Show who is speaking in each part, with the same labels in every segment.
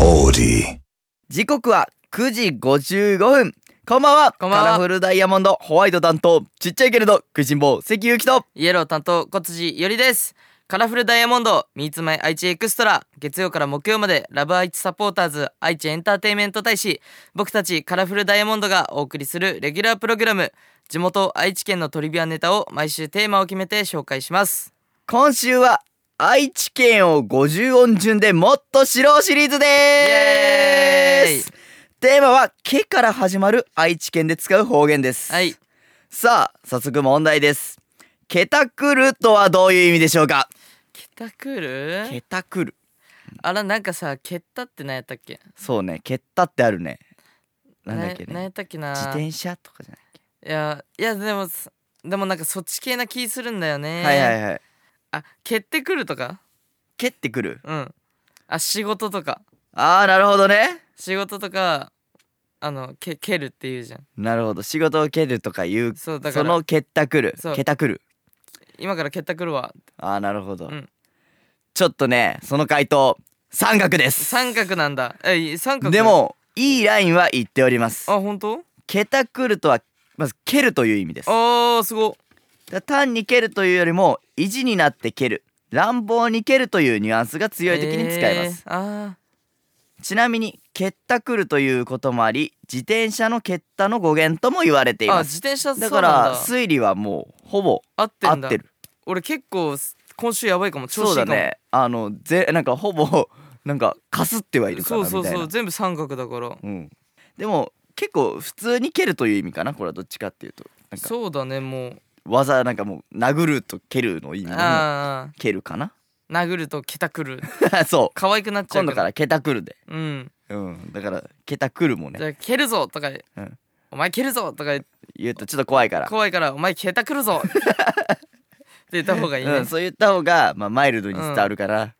Speaker 1: オーデ
Speaker 2: 時刻は9時55分こんばんは
Speaker 3: こんばんは
Speaker 2: カラフルダイヤモンドホワイト担当ちっちゃいけれど食いしん坊関ゆきと
Speaker 3: イエロー担当小辻よりですカラフルダイヤモンド Meets My 愛知エクストラ月曜から木曜までラブ愛知サポーターズ愛知エンターテインメント大使僕たちカラフルダイヤモンドがお送りするレギュラープログラム地元愛知県のトリビアネタを毎週テーマを決めて紹介します
Speaker 2: 今週は愛知県を50音順でもっと知ろうシリーズで
Speaker 3: イエーイ
Speaker 2: すテーマは「け」から始まる愛知県で使う方言です、
Speaker 3: はい
Speaker 2: さあ早速問題です「けたくる」とはどういう意味でしょうか
Speaker 3: ケタクル
Speaker 2: けたくる
Speaker 3: あらなんかさケッタって何やったっけ
Speaker 2: そうね「けった」ってあるねなんだっけ
Speaker 3: 何や
Speaker 2: ね
Speaker 3: ったっけな
Speaker 2: 自転車とかじゃないっ
Speaker 3: いやいやでもすでもなんかそっち系な気するんだよ
Speaker 2: け、
Speaker 3: ね
Speaker 2: はいはいはい
Speaker 3: あ蹴ってくるとか
Speaker 2: 蹴ってくる
Speaker 3: うんあ仕事とか
Speaker 2: ああなるほどね
Speaker 3: 仕事とかあのけ蹴るっていうじゃん
Speaker 2: なるほど仕事を蹴るとか言う
Speaker 3: そうだか
Speaker 2: そ
Speaker 3: ら
Speaker 2: の蹴ったくる
Speaker 3: そう
Speaker 2: 蹴ったくる
Speaker 3: 今から蹴ったくるわ
Speaker 2: ああなるほど、
Speaker 3: うん
Speaker 2: ちょっとねその回答三角です
Speaker 3: 三角なんだえい三角
Speaker 2: でもいいラインは言っております
Speaker 3: あ本当
Speaker 2: 蹴たくるとはまず蹴るという意味です
Speaker 3: あーすご
Speaker 2: だ単に蹴るというよりも意地になって蹴る乱暴に蹴るというニュアンスが強い時に使います、、
Speaker 3: えー、あ
Speaker 2: ちなみに蹴ったくるということもあり自転車の蹴ったの語源とも言われてい
Speaker 3: ーあ
Speaker 2: ま
Speaker 3: 自
Speaker 2: す
Speaker 3: 転車そうな
Speaker 2: だ
Speaker 3: んだ
Speaker 2: から推理はもうほぼ
Speaker 3: 合って
Speaker 2: 合
Speaker 3: んだ
Speaker 2: ってる
Speaker 3: 俺結構す今週やばいかも調子い
Speaker 2: そ
Speaker 3: い
Speaker 2: だ
Speaker 3: うかも
Speaker 2: ねあのぜなんかほぼ なんかかすってはいるか
Speaker 3: そ
Speaker 2: ら
Speaker 3: う
Speaker 2: みた
Speaker 3: そ
Speaker 2: いうな
Speaker 3: そう全部三角だから
Speaker 2: うん、でも結構普通に蹴るという意味かなこれはどっちかっていうとなんか
Speaker 3: そうだねもう
Speaker 2: 技なんかもう殴ると蹴るの意味でも
Speaker 3: あ
Speaker 2: 蹴るかな
Speaker 3: ー殴ると蹴ったくる
Speaker 2: そう
Speaker 3: 可愛くなっちゃう
Speaker 2: 今度
Speaker 3: けど
Speaker 2: から蹴たくるで、
Speaker 3: うん
Speaker 2: うん、だから蹴たくるも
Speaker 3: じゃ
Speaker 2: ね
Speaker 3: あ蹴るぞとか、
Speaker 2: ん
Speaker 3: お前蹴るぞとか言って
Speaker 2: 言うとちょっと怖いから
Speaker 3: 怖いからお前蹴ったく るぞって言った方がいいね、
Speaker 2: うん、そう言った方が、まあ、マイルドに伝わるから、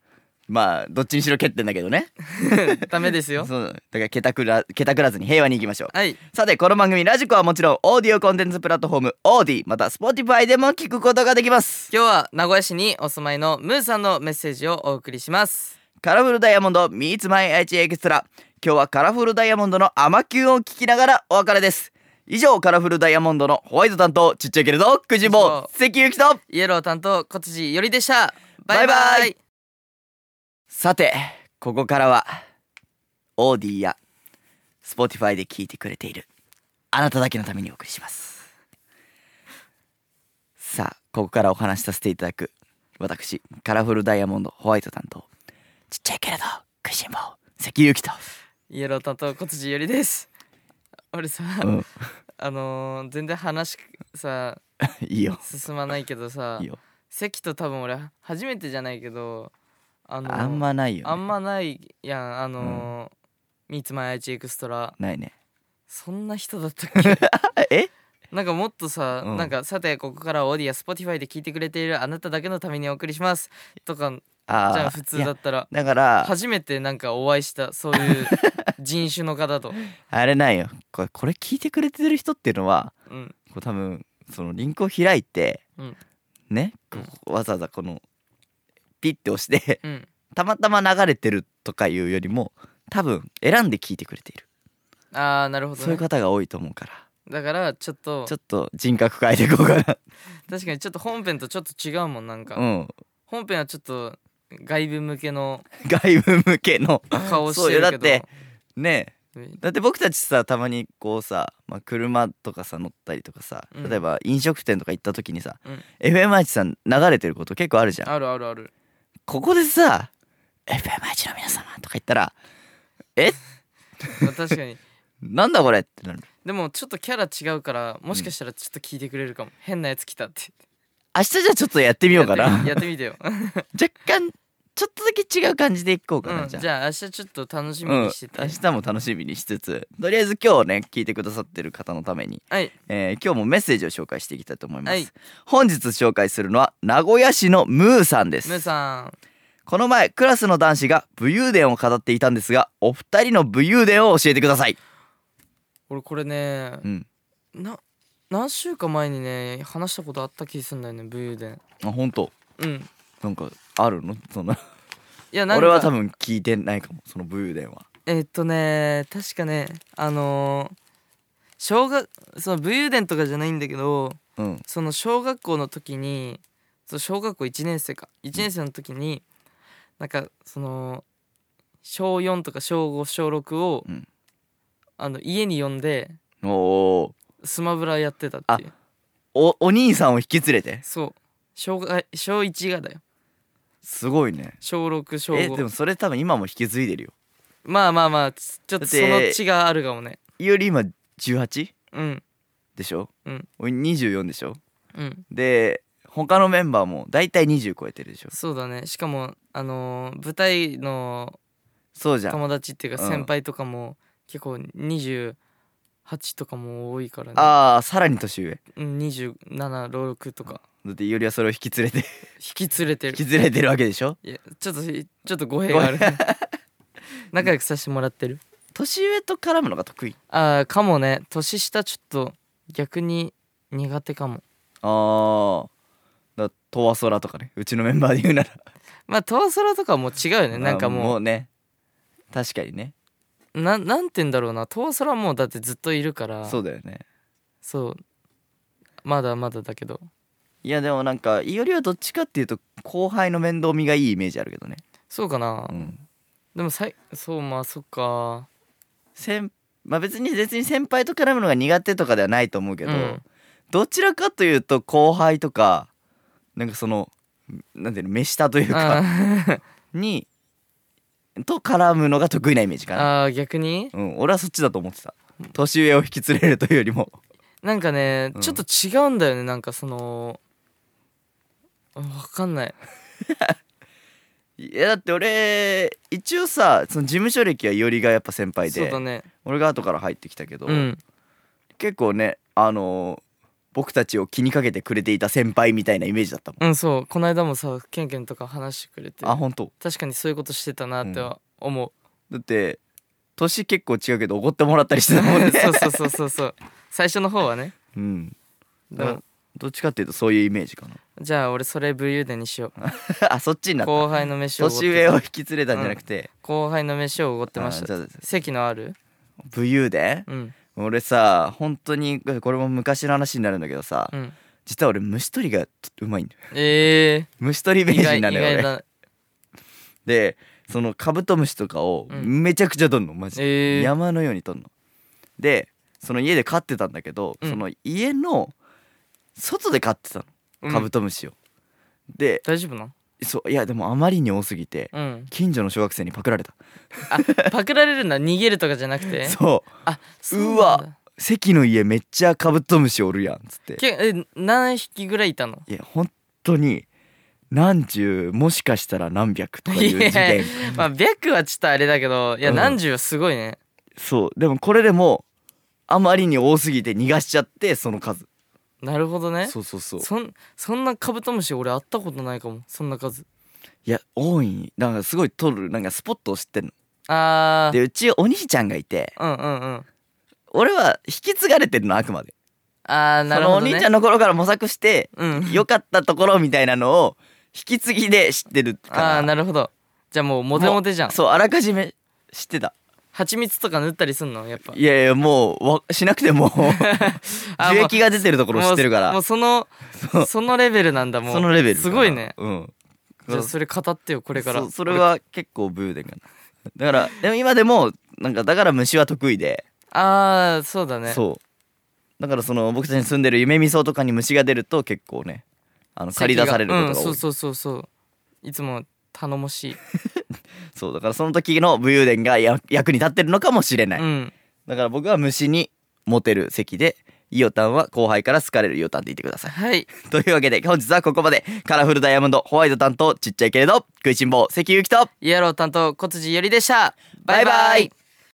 Speaker 2: まあどっちにしろ蹴ってんだけどね
Speaker 3: ダメですよ
Speaker 2: そうだから蹴たくら蹴たくらずに平和に行きましょう
Speaker 3: はい
Speaker 2: さてこの番組ラジコはもちろんオーディオコンテンツプラットフォームオーディまた Spotify でも聞くことができます
Speaker 3: 今日は名古屋市にお住まいのムーさんのメッセージをお送りします
Speaker 2: カラフルダイヤモンド Meets My 愛知エキストラ今日はカラフルダイヤモンドの甘キュンを聞きながらお別れです以上カラフルダイヤモンドのホワイト担当ちっちゃいけれどくじぼう関ゆきと
Speaker 3: イエロー担当小辻よりでしたバイバイ
Speaker 2: バイバイさてここからはオーディや Spotify で聞いてくれているあなただけのためにお送りしますさあここからお話しさせていただく私カラフルダイヤモンドホワイト担当ちっちゃいけれどくじぼう関ゆきと、
Speaker 3: イエロー担当小辻よりです俺さ、
Speaker 2: うん、
Speaker 3: あのー、全然話さ
Speaker 2: いいよ
Speaker 3: 進まないけどさ
Speaker 2: いいよ
Speaker 3: 関と多分俺初めてじゃないけどあのー
Speaker 2: あんまないよ、ね、
Speaker 3: あんまないやんあのー三つ前愛知エクストラ
Speaker 2: ないね
Speaker 3: そんな人だったっけ
Speaker 2: え
Speaker 3: なんかもっとさ、
Speaker 2: うん
Speaker 3: なんかさてここからはオーディや Spotify で聞いてくれているあなただけのためにお送りしますとかじ
Speaker 2: あー
Speaker 3: ゃん普通
Speaker 2: い
Speaker 3: だ
Speaker 2: や
Speaker 3: ったら
Speaker 2: だから
Speaker 3: 初めてなんかお会いしたそういう 人種の方と、
Speaker 2: あれないよこれこれ聞いてくれてる人っていうのは
Speaker 3: うん、
Speaker 2: こう多分そのリンクを開いて、
Speaker 3: うん
Speaker 2: ねこうわざわざこのピッて押して
Speaker 3: うん
Speaker 2: たまたま流れてるとかいうよりも多分選んで聞いてくれている
Speaker 3: ああなるほど、ね、
Speaker 2: そういう方が多いと思うから
Speaker 3: だからちょっと
Speaker 2: ちょっと人格変えていこうか
Speaker 3: 確かにちょっと本編とちょっと違うもんなんか、
Speaker 2: なうん
Speaker 3: 本編はちょっと外部向けの
Speaker 2: 外部向けの
Speaker 3: 顔をしてるけど
Speaker 2: そうよだね
Speaker 3: うん
Speaker 2: だって僕たちさたまにこうさ、まあ、車とかさ乗ったりとかさ
Speaker 3: うん
Speaker 2: 例えば飲食店とか行った時にさ、
Speaker 3: うん
Speaker 2: FMH さん流れてること結構あるじゃん
Speaker 3: あるあるある
Speaker 2: ここでさ「FMH の皆様」とか言ったら「え
Speaker 3: まあ確かに
Speaker 2: なんだこれ?」ってなる
Speaker 3: でもちょっとキャラ違うからもしかしたらちょっと聞いてくれるかも、変なやつ来たって
Speaker 2: 明日じゃあちょっとやってみようかな
Speaker 3: やって
Speaker 2: 若
Speaker 3: やってみてよ、
Speaker 2: 干ちょっとだけ違う感じでいこうかな、
Speaker 3: うん、
Speaker 2: じゃあ
Speaker 3: じゃあ明日ちょっと楽しみ
Speaker 2: うん
Speaker 3: にしてて、
Speaker 2: 明日も楽しみにしつつとりあえず今日ね聞いてくださってる方のために、
Speaker 3: はい
Speaker 2: えー今日もメッセージを紹介していきたいと思います、
Speaker 3: はい
Speaker 2: 本日紹介するのは名古屋市のムーさんです
Speaker 3: ムーさん
Speaker 2: この前クラスの男子が武勇伝を語っていたんですがお二人の武勇伝を教えてください
Speaker 3: 俺これね
Speaker 2: うん
Speaker 3: な何週か前にね話したことあった気すんだよね武勇伝
Speaker 2: あ本当
Speaker 3: うん
Speaker 2: なんかあるのそんな
Speaker 3: いやなんか
Speaker 2: 俺は多分聞いてないかもその武勇伝は
Speaker 3: えっとね確かねあのー小学その武勇伝とかじゃないんだけど
Speaker 2: うん
Speaker 3: その小学校の時にそう小学校1年生か1年生の時になんかその小4とか小5小6を、
Speaker 2: うん
Speaker 3: あの家に呼んで
Speaker 2: おおー
Speaker 3: スマブラやってたっていう
Speaker 2: おお兄さんを引き連れて
Speaker 3: そう小が小1がだよ
Speaker 2: すごいね
Speaker 3: 小6小
Speaker 2: えでも
Speaker 3: 5
Speaker 2: それ多分今も引き継いでるよ
Speaker 3: まあまあまあつちょっと
Speaker 2: だっ
Speaker 3: そ
Speaker 2: て
Speaker 3: の血があるかもね
Speaker 2: より今 18?
Speaker 3: うん
Speaker 2: でしょ、
Speaker 3: うん、
Speaker 2: 俺24でしょ
Speaker 3: うん
Speaker 2: で他のメンバーも大体20超えてるでしょ
Speaker 3: そうだねしかもあのー舞台の
Speaker 2: そうじゃん
Speaker 3: 友達っていうか
Speaker 2: うん
Speaker 3: 先輩とかも結構28とかも多いからね
Speaker 2: ああさらに年上
Speaker 3: うん2766とか
Speaker 2: だってよりはそれを引き連れて
Speaker 3: 引き連れてる
Speaker 2: 引き連れてるわけでしょ
Speaker 3: いやちょっとひちょっと語弊がある仲良くさせてもらってる
Speaker 2: 年上と絡むのが得意
Speaker 3: ああかもね年下ちょっと逆に苦手かも
Speaker 2: ああだとわそらとかねうちのメンバーで言うなら
Speaker 3: まあトワソラとかはもう違うよねなんか
Speaker 2: あー
Speaker 3: も
Speaker 2: うね確かにね
Speaker 3: うなんなんて言うんだろうなトワソラはもうだってずっといるから
Speaker 2: そうだよね
Speaker 3: そうまだまだだけど
Speaker 2: いやでもなんかいよりはどっちかっていうと後輩の面倒見がいいイメージあるけどね、
Speaker 3: そうかな、
Speaker 2: うん、
Speaker 3: でもさいそうまあそっか
Speaker 2: 先まあ別に別に先輩と絡むのが苦手とかではないと思うけど、
Speaker 3: うん
Speaker 2: どちらかというと後輩とかなんかそのなんていうの目下というか
Speaker 3: あ
Speaker 2: にと絡むのが得意なイメージかな、
Speaker 3: あー逆に
Speaker 2: うん、俺はそっちだと思ってた年上を引き連れるというよりも
Speaker 3: なんかね、
Speaker 2: うん
Speaker 3: ちょっと違うんだよねなんかそのわかんない
Speaker 2: いやだって俺一応さその事務所歴はよりがやっぱ先輩
Speaker 3: そう
Speaker 2: で、
Speaker 3: だね
Speaker 2: 俺が後から入ってきたけど、
Speaker 3: うん
Speaker 2: 結構ねあのー僕たちを気にかけてくれていた先輩みたいなイメージだったもん、
Speaker 3: うんそうこの間もさケンケンとか話してくれて
Speaker 2: あ本当
Speaker 3: 確かにそういうことしてたなっては思う、
Speaker 2: だって年結構違うけど怒ってもらったりしてた もんね
Speaker 3: そうそうそうそう そう最初の方はね
Speaker 2: うん
Speaker 3: でも
Speaker 2: どっちかっていうとそういうイメージかな
Speaker 3: じゃあ俺それ武勇伝にしよ
Speaker 2: あそっちに
Speaker 3: う
Speaker 2: なった
Speaker 3: 後輩の飯をおごっ
Speaker 2: 年
Speaker 3: て
Speaker 2: 上を引き連れたんじゃなくて、
Speaker 3: 後輩の飯をおごってまし
Speaker 2: あじゃ
Speaker 3: た
Speaker 2: あ
Speaker 3: 席のある
Speaker 2: 武勇伝
Speaker 3: うん
Speaker 2: 俺さ本当にこれも昔の話になるんだけどさ、
Speaker 3: うん
Speaker 2: 実は俺虫取りがうまいんだよ
Speaker 3: え
Speaker 2: 虫取り
Speaker 3: ー、
Speaker 2: 名
Speaker 3: 意
Speaker 2: 人
Speaker 3: 外意
Speaker 2: なのよ
Speaker 3: 外
Speaker 2: 俺
Speaker 3: だ
Speaker 2: でそのカブトムシとかを
Speaker 3: うん
Speaker 2: めちゃくちゃ取るのマジで、
Speaker 3: えー
Speaker 2: 山のように取るのでその家で飼ってたんだけど、
Speaker 3: うん
Speaker 2: その家の外で飼ってた
Speaker 3: う
Speaker 2: の
Speaker 3: ん
Speaker 2: カブトムシを、で
Speaker 3: 大丈夫な
Speaker 2: そういやでもあまりに多すぎて
Speaker 3: うん
Speaker 2: 近所の小学生にパクられた
Speaker 3: あパクられるな逃げるとかじゃなくて
Speaker 2: そ
Speaker 3: あそうなん
Speaker 2: うわ
Speaker 3: だ
Speaker 2: う関の家めっちゃカブトムシおるやんっつって
Speaker 3: けえ何匹ぐらいいたの
Speaker 2: いや本当に何十もしかしたら何百とかいう事件
Speaker 3: まあ白はちょっとあれだけどいや
Speaker 2: うん
Speaker 3: 何十はすごいね、
Speaker 2: そうでもこれでもあまりに多すぎて逃がしちゃってその数
Speaker 3: なるほどね
Speaker 2: そうそうそう
Speaker 3: そんそんなカブトムシ俺会ったことないかもそんな数
Speaker 2: いや多いなんかすごい撮るなんかスポットを知ってる
Speaker 3: あ
Speaker 2: ので
Speaker 3: ー
Speaker 2: うちお兄ちゃんがいて
Speaker 3: うんうんうん
Speaker 2: 俺は引き継がれてるのあくまで、
Speaker 3: あー
Speaker 2: そ
Speaker 3: なる
Speaker 2: のお
Speaker 3: ほど
Speaker 2: 兄
Speaker 3: ね
Speaker 2: ちゃんの頃から模索して
Speaker 3: う ん
Speaker 2: 良かったところみたいなのを引き継ぎで知ってるから
Speaker 3: あーなるほどじゃあもうモテモテじゃん
Speaker 2: そうあらかじめ知って た
Speaker 3: 蜂蜜とか塗ったりすんのやっぱ
Speaker 2: いやいやもうわしなくても
Speaker 3: あ
Speaker 2: 樹液が出てるところを知ってるか
Speaker 3: もうも
Speaker 2: ら
Speaker 3: うその
Speaker 2: そう
Speaker 3: そのレベルなんだもう
Speaker 2: そのレベルかな
Speaker 3: すごいね
Speaker 2: うん
Speaker 3: じゃあそれ語ってよこれから
Speaker 2: そそれは結構ブーデンかなだからでも今でもなんかだから虫は得意で、
Speaker 3: ああそうだね
Speaker 2: そうだからその僕たちに住んでる夢見草とかに虫が出ると結構ねあの
Speaker 3: 席
Speaker 2: 借り出
Speaker 3: が
Speaker 2: されることが多い、
Speaker 3: うん、そう
Speaker 2: そう
Speaker 3: そうそうそういつも頼もしい、
Speaker 2: だからその時の武勇伝がや役に立ってるのかもしれない、
Speaker 3: うん
Speaker 2: だから僕は虫にモテる席でイオタンは後輩から好かれるイオタンでいてください
Speaker 3: はい
Speaker 2: というわけで本日はここまでカラフルダイヤモンドホワイト担当ちっちゃいけれど食いしん坊関ゆきと
Speaker 3: イエロー担当小辻よりでした
Speaker 2: バイバイ